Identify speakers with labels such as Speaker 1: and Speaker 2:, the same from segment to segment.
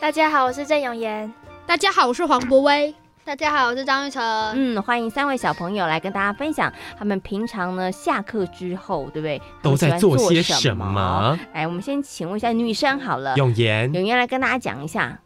Speaker 1: 大家好，我是郑永言。
Speaker 2: 大家好，我是黄博威。
Speaker 3: 大家好，我是张玉成。
Speaker 4: 嗯，欢迎三位小朋友来跟大家分享他们平常呢下课之后，对不对？他
Speaker 5: 都
Speaker 4: 们喜
Speaker 5: 在
Speaker 4: 欢做
Speaker 5: 些
Speaker 4: 什哎
Speaker 5: 什？么？
Speaker 4: 来，我们先请问一下女生好了，
Speaker 5: 永言
Speaker 4: 永言来跟大家讲一下。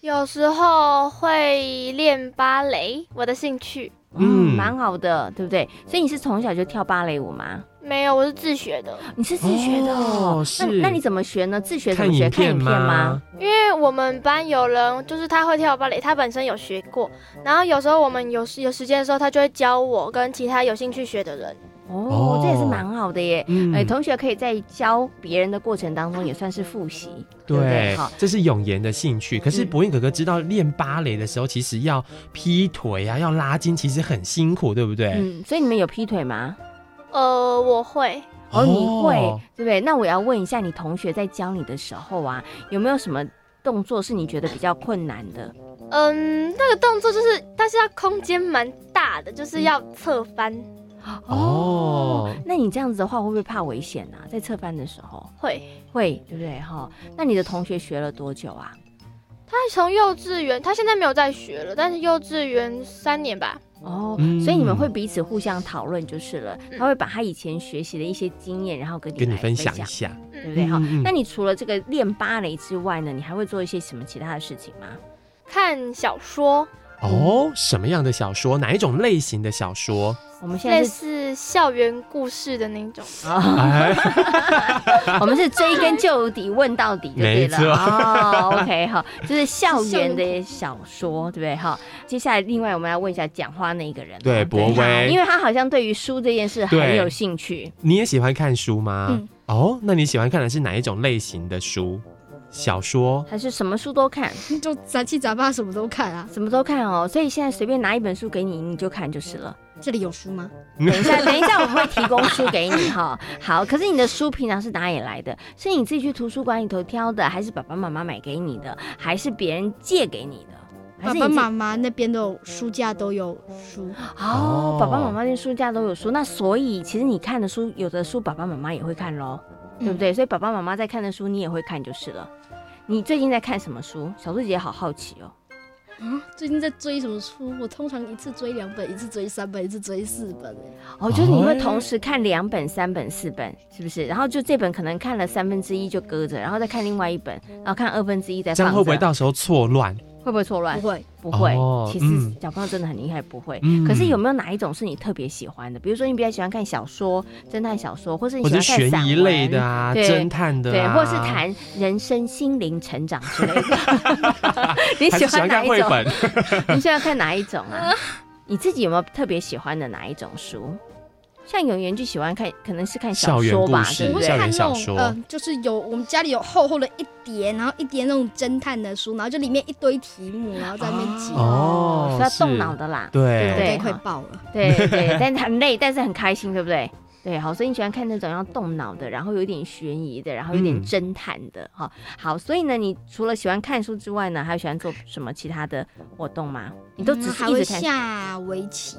Speaker 1: 有时候会练芭蕾，我的兴趣
Speaker 4: 嗯，
Speaker 5: 嗯
Speaker 4: 蛮好的，对不对？所以你是从小就跳芭蕾舞吗？
Speaker 1: 没有，我是自学的。
Speaker 4: 你是自学的
Speaker 5: 哦
Speaker 4: 那
Speaker 5: 是
Speaker 4: 那你怎么学呢？自学怎
Speaker 5: 看
Speaker 4: 么学？
Speaker 5: 影
Speaker 4: 看影
Speaker 5: 片
Speaker 4: 片吗
Speaker 5: 吗？？
Speaker 1: 因为我们班有人就是他会跳芭蕾，他本身有学过，然后有时候我们有时有时间的时候，他就会教我跟其他有兴趣学的人。
Speaker 4: 哦
Speaker 5: 哦，
Speaker 4: 这也是蛮好的耶。
Speaker 5: 嗯
Speaker 4: 哎，同学可以在教别人的过程当中也算是复习，对不对？
Speaker 5: 对
Speaker 4: 好，，
Speaker 5: 这是永言的兴趣。可是
Speaker 4: 嗯
Speaker 5: 博英哥哥知道练芭蕾的时候，其实要劈腿啊，要拉筋，其实很辛苦，对不对？
Speaker 4: 嗯，所以你们有劈腿吗？
Speaker 1: 呃，我会，
Speaker 4: 哦，你会，对不对？那我要问一下，你同学在教你的时候啊，有没有什么动作是你觉得比较困难的？
Speaker 1: 嗯，那个动作就是，但是要空间蛮大的，就是要侧翻，
Speaker 5: 哦
Speaker 4: 那你这样子的话，会不会怕危险啊？在侧翻的时候
Speaker 1: 会。
Speaker 4: 会，对不对？哈，那你的同学学了多久啊？
Speaker 1: 他从幼稚园，他现在没有在学了，但是幼稚园三年吧，
Speaker 4: 哦，
Speaker 5: 嗯
Speaker 4: 所以你们会彼此互相讨论就是了。
Speaker 1: 嗯
Speaker 4: 他会把他以前学习的一些经验，然后跟你
Speaker 5: 跟你
Speaker 4: 来
Speaker 5: 分
Speaker 4: 分
Speaker 5: 享一下。
Speaker 4: 对不对？哈、
Speaker 5: 嗯嗯嗯
Speaker 4: 那你除了这个练芭蕾之外呢，你还会做一些什么其他的事情吗？
Speaker 1: 看小说，
Speaker 5: 哦，什么样的小说？哪一种类型的 小说？
Speaker 4: 我们现
Speaker 1: 类
Speaker 4: 在
Speaker 1: 似
Speaker 4: 是，
Speaker 1: 校园故事的那种。
Speaker 5: 哎，
Speaker 4: 我们是追根究底，问到底就对了。
Speaker 5: 没错
Speaker 4: 哦，OK，好，就是校园的小说，对不对？哈，接下来另外我们要问一下讲话那一个人，
Speaker 5: 对博威
Speaker 4: 他因为他好像对于书这件事很
Speaker 5: 对
Speaker 4: 有兴趣。
Speaker 5: 你也喜欢看书吗？
Speaker 2: 嗯
Speaker 5: 哦，那你喜欢看的是哪一种类型的书？小说？
Speaker 4: 他是什么书都看，
Speaker 2: 就杂七杂八什么都看啊。
Speaker 4: 什么都看哦，所以现在随便拿一本书给你，你就看就是 了。
Speaker 2: 这里有书吗？
Speaker 4: 等一下，等一下，我们会提供书给你哈。好，可是你的书平常是哪里来的？是你自己去图书馆里头挑的，还是爸爸妈妈买给你的，还是别人借给你的？还
Speaker 2: 爸
Speaker 4: 是
Speaker 2: 爸
Speaker 4: 你自己
Speaker 2: 妈妈那边的书架都有书，
Speaker 4: 哦
Speaker 5: 哦，
Speaker 4: 爸爸妈妈的书架都有书，那所以其实你看的书，有的书爸爸妈妈也会看喽，
Speaker 5: 嗯
Speaker 4: 对不对？所以爸爸妈妈在看的书，你也会看就是了。你最近在看什么书？小猪姐姐好好奇哦。
Speaker 2: 嗯？啊，最近在追什么书？我通常一次追两本，一次追三本，一次追四本。哎
Speaker 4: 哦，就是你会同时看两本、三本、四本，是不是？然后就这本可能看了三分之一就搁着，然后再看另外一本，然后看二分之一再
Speaker 5: 这
Speaker 4: 放
Speaker 5: 样
Speaker 4: 着。
Speaker 5: 会不会到时候错乱？
Speaker 4: 会不会错乱
Speaker 2: 不？会，
Speaker 4: 不会，
Speaker 5: 哦
Speaker 4: 其实
Speaker 5: 嗯
Speaker 4: 小朋友真的很厉害，不会。
Speaker 5: 嗯
Speaker 4: 可是有没有哪一种是你特别喜欢的？比如说你比较喜欢看小说、侦探小说，或是你
Speaker 5: 或
Speaker 4: 喜
Speaker 5: 者
Speaker 4: 欢看
Speaker 5: 悬
Speaker 4: 散
Speaker 5: 疑
Speaker 4: 文
Speaker 5: 类的啊，
Speaker 4: 对
Speaker 5: 侦探的、
Speaker 4: 对，
Speaker 5: 啊，
Speaker 4: 或者是谈人生、心灵成长之类的。 你
Speaker 5: 还
Speaker 4: 喜
Speaker 5: 是喜
Speaker 4: 欢
Speaker 5: 欢
Speaker 4: 哪
Speaker 5: 看
Speaker 4: 一
Speaker 5: 绘
Speaker 4: 种？
Speaker 5: 本。
Speaker 4: 你喜欢看哪一种啊？你自己有没有特别喜欢的哪一种书？像永言就喜欢看，可能是看小
Speaker 5: 校园
Speaker 4: 说
Speaker 5: 故
Speaker 4: 吧，
Speaker 5: 事
Speaker 4: 对不
Speaker 2: 我
Speaker 5: 对
Speaker 2: 会
Speaker 5: 校
Speaker 2: 看
Speaker 4: 对？
Speaker 5: 园
Speaker 2: 那
Speaker 5: 小
Speaker 2: 种
Speaker 5: 说
Speaker 2: 呃，就是有我们家里有厚厚的一叠，然后一叠那种侦探的书，然后就里面一堆题目，然后在那边解，
Speaker 5: 哦
Speaker 4: 所以要啊动
Speaker 5: 是
Speaker 4: 脑的啦。
Speaker 2: 我
Speaker 5: 对，
Speaker 2: 都
Speaker 4: 对
Speaker 2: 快爆了。
Speaker 4: 对对，但是很累，但是很开心，对不对？对，好，所以你喜欢看那种要动脑的，然后有一点悬疑的，然后有点
Speaker 5: 嗯
Speaker 4: 侦探的，哈、好，所以呢，你除了喜欢看书之外呢，还有喜欢做什么其他的活动吗？你都只
Speaker 2: 嗯
Speaker 4: 是
Speaker 2: 还
Speaker 4: 一
Speaker 2: 会
Speaker 4: 直看书
Speaker 2: 下围棋，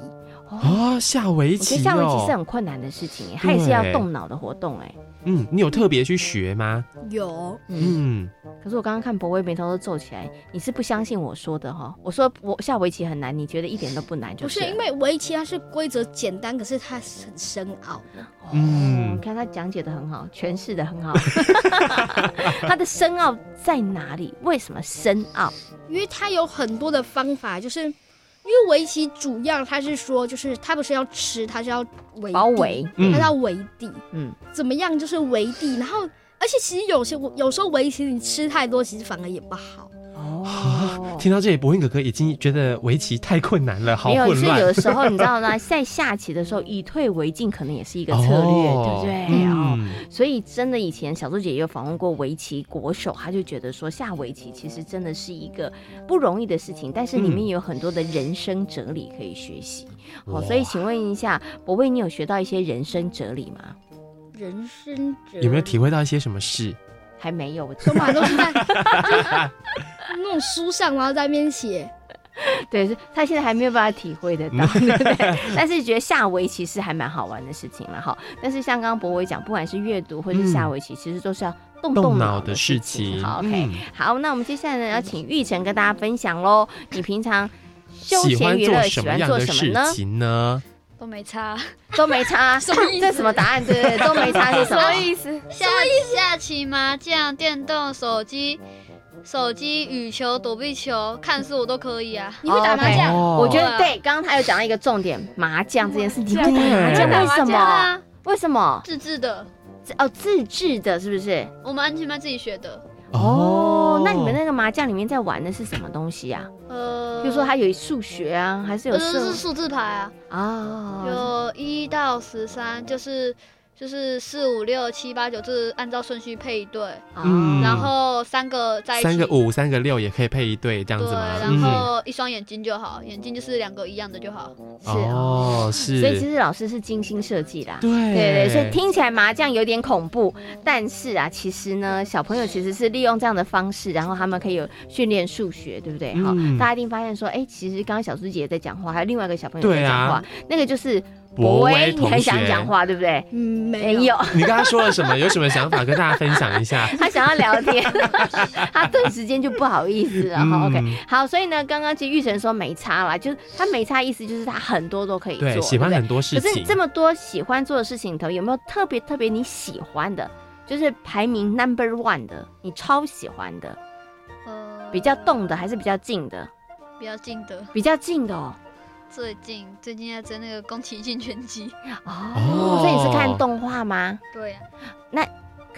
Speaker 4: 哦。
Speaker 5: 哦，下围
Speaker 4: 我觉
Speaker 5: 棋、
Speaker 4: 得
Speaker 5: 哦，
Speaker 4: 下围棋是很困难的事情欸耶，它也是要
Speaker 5: 对
Speaker 4: 动脑的活动哎。
Speaker 5: 嗯，你有特别去学吗？
Speaker 2: 有
Speaker 4: 嗯，
Speaker 5: 嗯，
Speaker 4: 可是我刚刚看博威眉头都皱起来，你是不相信我说的哈、我说我下围棋很难，你觉得一点都不难就
Speaker 2: 不
Speaker 4: 是
Speaker 2: 是
Speaker 4: 了？
Speaker 2: 因为围棋它是规则简单，可是它很深奥。
Speaker 5: 嗯
Speaker 4: 嗯，你看他讲解的很好，诠释的很好， 他的深奥在哪里？为什么深奥？
Speaker 2: 因为它有很多的方法，就是因为围棋主要它是说，就是它不是要吃，它是要围地
Speaker 4: 包，围，
Speaker 2: 它是要
Speaker 5: 嗯
Speaker 2: 围地，
Speaker 4: 嗯，
Speaker 2: 怎么样就是围地，然后。而且其实有些有时候围棋你吃太多，其实反而也不好。
Speaker 4: 哦，
Speaker 5: 嗯听到这里，博云哥哥已经觉得围棋太困难了，好
Speaker 4: 没有，
Speaker 5: 混
Speaker 4: 是有
Speaker 5: 乱
Speaker 4: 的。时候你知道吗？在下棋的时候，以退为进可能也是一个策略，对
Speaker 5: 哦
Speaker 4: 不对？哦，
Speaker 5: 嗯，
Speaker 4: 所以真的以前小猪姐也有访问过围棋国手，她就觉得说下围棋其实真的是一个不容易的事情，但是里面
Speaker 5: 嗯
Speaker 4: 有很多的人生哲理可以学习。
Speaker 5: 哇
Speaker 4: 哦，所以请问一下，博威，你有学到一些人生哲理吗？
Speaker 2: 人生哲
Speaker 5: 有没有体会到一些什么事？
Speaker 4: 还没有，我
Speaker 2: 都嘛都是在 那种书上，然后在那边写。
Speaker 4: 对，是他现在还没有办法体会得 到，对不对？但是觉得下围棋是还蛮好玩的事情了哈。但是像刚刚博伟讲，不管是阅读或是下围棋，其实都是要动
Speaker 5: 嗯动
Speaker 4: 脑
Speaker 5: 脑的事
Speaker 4: 事
Speaker 5: 情。
Speaker 4: 好，OK，、
Speaker 5: 嗯
Speaker 4: 好，那我们接下来呢，要请玉成跟大家分享喽。你平常休
Speaker 5: 喜
Speaker 4: 闲
Speaker 5: 欢
Speaker 4: 娱
Speaker 5: 做
Speaker 4: 乐
Speaker 5: 什
Speaker 4: 喜
Speaker 5: 么
Speaker 4: 欢
Speaker 5: 样
Speaker 4: 做
Speaker 5: 的
Speaker 4: 什
Speaker 5: 事
Speaker 4: 么呢？
Speaker 5: 情呢？
Speaker 3: 都没差。
Speaker 4: 都没差，啊这什么答案？对对对，都没差是什
Speaker 1: 什么
Speaker 4: 么？
Speaker 1: 意思？
Speaker 3: 下下棋、麻将、电动、手机、手机、羽球、躲避球、看书我都可以啊。
Speaker 2: 你会打麻将？
Speaker 5: 哦
Speaker 4: 我觉得对，刚刚他有讲到一个重点，麻将这件事，你会打麻
Speaker 5: 对
Speaker 4: 将？为什
Speaker 3: 对
Speaker 4: 么？
Speaker 3: 啊，
Speaker 4: 为什么？
Speaker 3: 自制的，
Speaker 4: 自哦，自制的，是不是？
Speaker 3: 我们安全班自己学的。
Speaker 4: 哦，那你们那个麻将里面在玩的是什么东西呀、
Speaker 3: 呃，
Speaker 4: 啊？比如说它有数学啊，还是有
Speaker 3: 呃
Speaker 4: 社
Speaker 3: 是数字牌啊，
Speaker 4: 啊？
Speaker 3: 有一到十三，就是就是四五六七八九，就是按照顺序配对，
Speaker 4: 哦
Speaker 5: 嗯
Speaker 3: 然后三个在一起。
Speaker 5: 三个五、三个六也可以配一对，这样
Speaker 3: 对，
Speaker 5: 子吗？嗯
Speaker 3: 然后一双眼睛就好，眼睛就是两个一样的就好。
Speaker 4: 是
Speaker 5: 嗯、哦，是，
Speaker 4: 所以其实老师是精心设计啊啦。
Speaker 5: 对
Speaker 4: 对对，
Speaker 5: 嗯
Speaker 4: 所以听起来麻将有点恐怖，但是啊，其实呢，小朋友其实是利用这样的方式，然后他们可以有训练数学，对不对？哈、
Speaker 5: 嗯
Speaker 4: 大家一定发现说，哎，其实刚刚小猪姐姐在讲话，还有另外一个小朋友
Speaker 5: 对
Speaker 4: 在讲
Speaker 5: 啊
Speaker 4: 话，那个就是
Speaker 5: 博威
Speaker 4: 你很
Speaker 5: 同
Speaker 4: 想
Speaker 5: 学
Speaker 4: 讲话，对不对？哎
Speaker 2: 嗯，没有。
Speaker 4: 没有，
Speaker 5: 你刚刚说了什么？有什么想法跟大家分享一下？
Speaker 4: 他想要聊天，他顿时间就不 好意思了哈。
Speaker 5: 嗯
Speaker 4: OK，好，所以呢，刚刚其实玉成说没差啦，就是他没差，意思就是他很多都可以做，
Speaker 5: 对，喜欢
Speaker 4: 对不
Speaker 5: 很多
Speaker 4: 对
Speaker 5: 事
Speaker 4: 可是
Speaker 5: 情，
Speaker 4: 这么多喜欢做的事情里头，有没有特别特别你喜欢的，就是排名 number one 的，你超喜欢的，
Speaker 3: 呃，
Speaker 4: 比较动的还是比较静的？
Speaker 3: 比较近的。
Speaker 4: 比较静的哦。
Speaker 3: 最近最近在追那个宫崎骏全集，
Speaker 4: 哦，所以你是看动画吗？
Speaker 3: 啊对啊呀、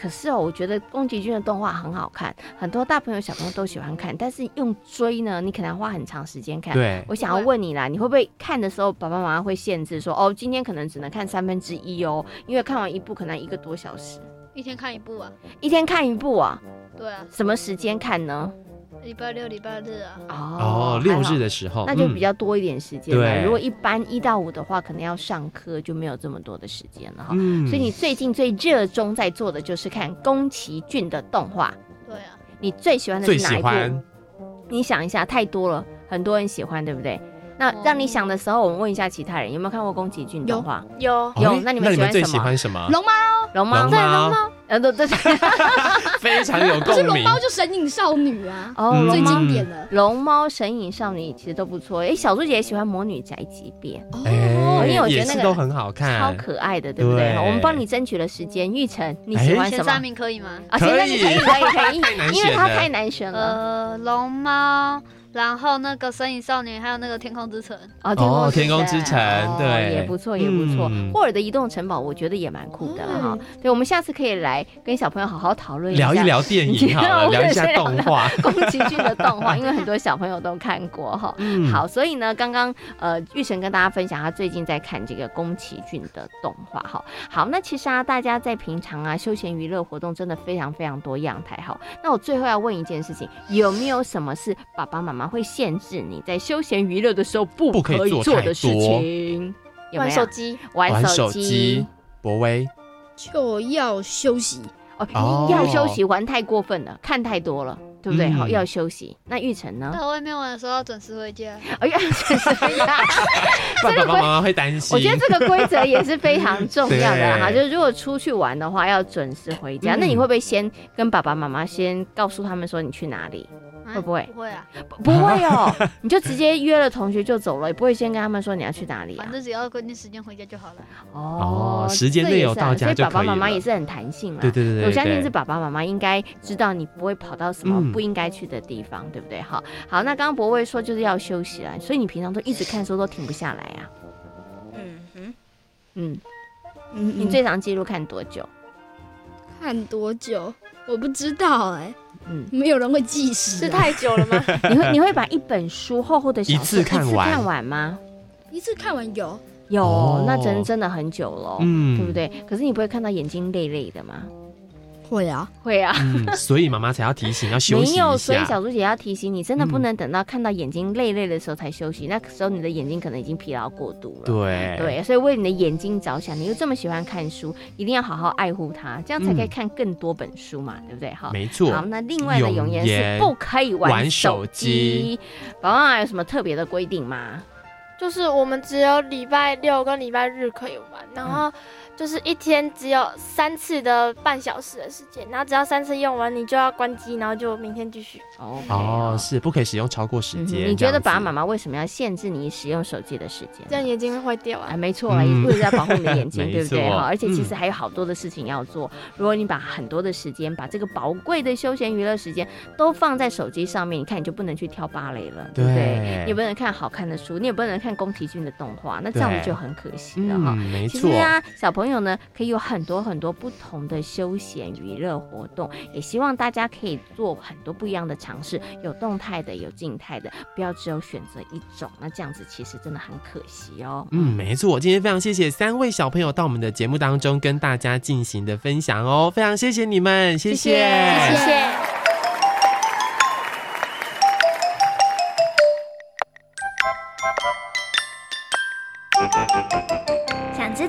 Speaker 4: 可是哦，我觉得宫崎骏的动画很好看，很多大朋友小朋友都喜欢看，但是用追呢，你可能要花很长时间看。
Speaker 5: 对，
Speaker 4: 我想要问你啦，你会不会看的时候爸爸妈妈会限制说，哦，今天可能只能看三分之一哦，因为看完一部可能一个多小时，
Speaker 3: 一天看一部啊，
Speaker 4: 一天看一部啊，
Speaker 3: 对啊，
Speaker 4: 什么时间看呢？
Speaker 3: 礼拜六、礼拜日啊，
Speaker 4: 哦
Speaker 5: 哦，六
Speaker 4: 还好
Speaker 5: 日的时候，
Speaker 4: 那就比
Speaker 5: 嗯
Speaker 4: 较多一点时间了。
Speaker 5: 对
Speaker 4: 如果一般一到五的话，可能要上课，就没有这么多的时间了哈。
Speaker 5: 嗯
Speaker 4: 所以你最近最热衷在做的就是看宫崎骏的动画，
Speaker 3: 对啊，
Speaker 4: 你最喜欢的
Speaker 5: 嗯最
Speaker 4: 是哪
Speaker 5: 喜
Speaker 4: 一
Speaker 5: 欢
Speaker 4: 部？你想一下，太多了，很多人喜欢，对不对？那
Speaker 3: 哦
Speaker 4: 让你想的时候，我们问一下其他人有没有看过宫崎骏动
Speaker 2: 有
Speaker 4: 画？
Speaker 1: 有
Speaker 5: 哦
Speaker 4: 有
Speaker 5: 哎
Speaker 4: 那
Speaker 5: 那
Speaker 4: 你们喜欢
Speaker 5: 最
Speaker 4: 什么
Speaker 5: 喜欢什么？
Speaker 2: 龙妈
Speaker 4: 龙猫，
Speaker 5: 龙
Speaker 4: 对
Speaker 5: 猫
Speaker 4: 龙猫，呃，对对对，
Speaker 5: 非常有
Speaker 2: 可是
Speaker 5: 共
Speaker 2: 龙
Speaker 5: 鸣。
Speaker 2: 猫就神隐少女啊，
Speaker 4: 哦，
Speaker 5: 嗯
Speaker 2: 最
Speaker 4: 龙猫
Speaker 2: 经。典的。
Speaker 4: 龙猫、神隐少女其实都不错，哎，小猪姐也喜欢《魔女宅急便
Speaker 5: 哎，
Speaker 4: 哦
Speaker 2: 哦
Speaker 4: 因为我觉得
Speaker 5: 也
Speaker 4: 那
Speaker 5: 是
Speaker 4: 个
Speaker 5: 都很好》，
Speaker 4: 超
Speaker 5: 看，
Speaker 4: 可爱的，对不对？
Speaker 5: 对
Speaker 4: 我们帮你争取了时间，玉成，你喜欢
Speaker 3: 前
Speaker 4: 什
Speaker 3: 三
Speaker 4: 么？
Speaker 3: 名可以吗？
Speaker 4: 啊，行，那你可以可以可以，
Speaker 5: 太难
Speaker 4: 因为
Speaker 5: 选
Speaker 4: 它太
Speaker 5: 了。
Speaker 4: 难选了。
Speaker 3: 呃，龙猫，然后那个身影少女，还有那个天空之城，
Speaker 4: 哦，
Speaker 5: 哦
Speaker 4: 天空之
Speaker 5: 之
Speaker 4: 城
Speaker 5: 城
Speaker 4: 哦
Speaker 5: 对
Speaker 4: 也不错，也不错
Speaker 5: 嗯。
Speaker 4: 霍尔的移动城堡，我觉得也蛮酷的哈。
Speaker 3: 哦
Speaker 4: 对，我们下次可以来跟小朋友好好讨论
Speaker 5: 聊一
Speaker 4: 下
Speaker 5: 聊电影好了，
Speaker 4: 你觉得
Speaker 5: 聊一
Speaker 4: 我
Speaker 5: 下
Speaker 4: 也是
Speaker 5: 动画。
Speaker 4: 宫崎骏的动画，因为很多小朋友都看过哈。
Speaker 5: 嗯
Speaker 4: 好，所以呢，刚刚呃，玉成跟大家分享他最近在看这个宫崎骏的动画哈。好，那其实啊，大家在平常啊休闲娱乐活动真的非常非常多样态哈。那我最后要问一件事情，有没有什么是爸爸妈妈会限制你在休闲娱乐的时候不
Speaker 5: 不可以
Speaker 4: 可以
Speaker 5: 做
Speaker 4: 做
Speaker 5: 太
Speaker 4: 的事
Speaker 5: 多
Speaker 4: 情？有没
Speaker 1: 玩
Speaker 4: 有
Speaker 1: 手？机，
Speaker 4: 玩
Speaker 5: 玩
Speaker 4: 手
Speaker 5: 手
Speaker 4: 机
Speaker 5: 机。，博威
Speaker 2: 就要休息。
Speaker 4: 哦
Speaker 5: 哦，
Speaker 4: 要休息，玩太过分了，看太多了，对不对？
Speaker 5: 嗯
Speaker 4: 好，要休息。那玉成呢？
Speaker 3: 在外面玩的时候要准时回家。
Speaker 4: 哎呀，这样。
Speaker 5: 爸爸妈妈会担心。
Speaker 4: 我觉得这个规则也是非常重要的啦哈，
Speaker 5: 对
Speaker 4: 就是如果出去玩的话，要准时回家。
Speaker 5: 嗯
Speaker 4: 那你会不会先跟爸爸妈妈先告诉他们说你去哪里？
Speaker 3: 啊
Speaker 4: 会不会
Speaker 3: 不会啊，
Speaker 4: 不不会 哦，你就直接约了同学就走了，也不会先跟他们说你要去哪里啊
Speaker 3: 反？正只要规定时间回家就好了。
Speaker 4: 哦，
Speaker 5: 哦时间内有到
Speaker 4: 这
Speaker 5: 家
Speaker 4: 也是啊所
Speaker 5: 就
Speaker 4: 以爸
Speaker 5: 可以
Speaker 4: 爸妈妈
Speaker 5: 了
Speaker 4: 也是很弹性啦。
Speaker 5: 对对对对对，
Speaker 4: 我相信是爸爸妈妈应该知道你不会跑到什么
Speaker 5: 嗯
Speaker 4: 不应该去的地方，对不对？好，好，那刚刚博威说就是要休息啦，所以你平常都一直看书都停不下来啊。
Speaker 2: 嗯哼，
Speaker 4: 嗯，
Speaker 2: 嗯，
Speaker 4: 你最长记录看多久？
Speaker 2: 看多久？我不知道哎、
Speaker 4: 嗯，
Speaker 2: 没有人会计时、
Speaker 1: 是
Speaker 2: 啊，
Speaker 1: 太久了 吗？
Speaker 4: 你会你会把一本书厚厚的小
Speaker 5: 一
Speaker 4: 说
Speaker 5: 次看
Speaker 4: 一次
Speaker 5: 完
Speaker 4: 看完吗？
Speaker 2: 一次看完有，
Speaker 4: 有，
Speaker 5: 哦
Speaker 4: 那真真的很久了，哦
Speaker 5: 嗯
Speaker 4: 对不对？可是你不会看到眼睛累累的吗？
Speaker 2: 会啊，
Speaker 4: 会啊，
Speaker 5: 嗯，所以妈妈才要 提醒要休
Speaker 4: 没
Speaker 5: 息一
Speaker 4: 有，
Speaker 5: 下。
Speaker 4: 所以小猪姐要提醒你，真的不
Speaker 5: 嗯
Speaker 4: 能等到看到眼睛累累的时候才休息，那时候你的眼睛可能已经疲劳过度了。
Speaker 5: 对
Speaker 4: 对，所以为你的眼睛着想，你又这么喜欢看书，一定要好好爱护它，这样才可以
Speaker 5: 嗯
Speaker 4: 看更多本书嘛，对不对？好，
Speaker 5: 没错。
Speaker 4: 好，那另外的
Speaker 5: 永
Speaker 4: 永言
Speaker 5: 言
Speaker 4: 是不可以玩
Speaker 5: 玩
Speaker 4: 手
Speaker 5: 手
Speaker 4: 机
Speaker 5: 机。
Speaker 4: 宝宝妈有什么特别的规定吗？
Speaker 1: 就是我们只有礼拜六跟礼拜日可以玩，然后就是一天只有三次的半小时的时间，然后只要三次用完，你就要关机，然后就明天继续。
Speaker 4: 哦
Speaker 5: 哦，是不可以使用超过时
Speaker 4: 嗯哼
Speaker 5: 间。
Speaker 4: 你觉得
Speaker 5: 这
Speaker 4: 爸爸
Speaker 5: 样子
Speaker 4: 妈妈为什么要限制你使用手机的时间呢？
Speaker 1: 这样眼睛会坏掉啊
Speaker 4: 啊，！没错啦，
Speaker 5: 嗯
Speaker 4: 也为了要保护你的 眼睛，
Speaker 5: 没
Speaker 4: 对不对？
Speaker 5: 错
Speaker 4: 哈，而且其
Speaker 5: 嗯
Speaker 4: 实还有好多的事情要做。如果你把很多的时间，把这个宝贵的休闲娱乐时间都放在手机上面，你看你就不能去跳芭蕾了，对不对
Speaker 5: 对？
Speaker 4: 你也不能看好看的书，你也不能看宫崎骏的动画，那这样子
Speaker 5: 对
Speaker 4: 就很可惜了哈
Speaker 5: 嗯，。没
Speaker 4: 其实
Speaker 5: 错，
Speaker 4: 啊，小朋友呢可以有很多很多不同的休闲娱乐活动，也希望大家可以做很多不一样的尝试，有动态的，有静态的，不要只有选择一种。那这样子其实真的很可惜哦。
Speaker 5: 嗯，没错，今天非常谢谢三位小朋友到我们的节目当中跟大家进行的分享哦，非常谢谢你们，谢谢，
Speaker 4: 谢
Speaker 2: 谢谢。
Speaker 6: 想知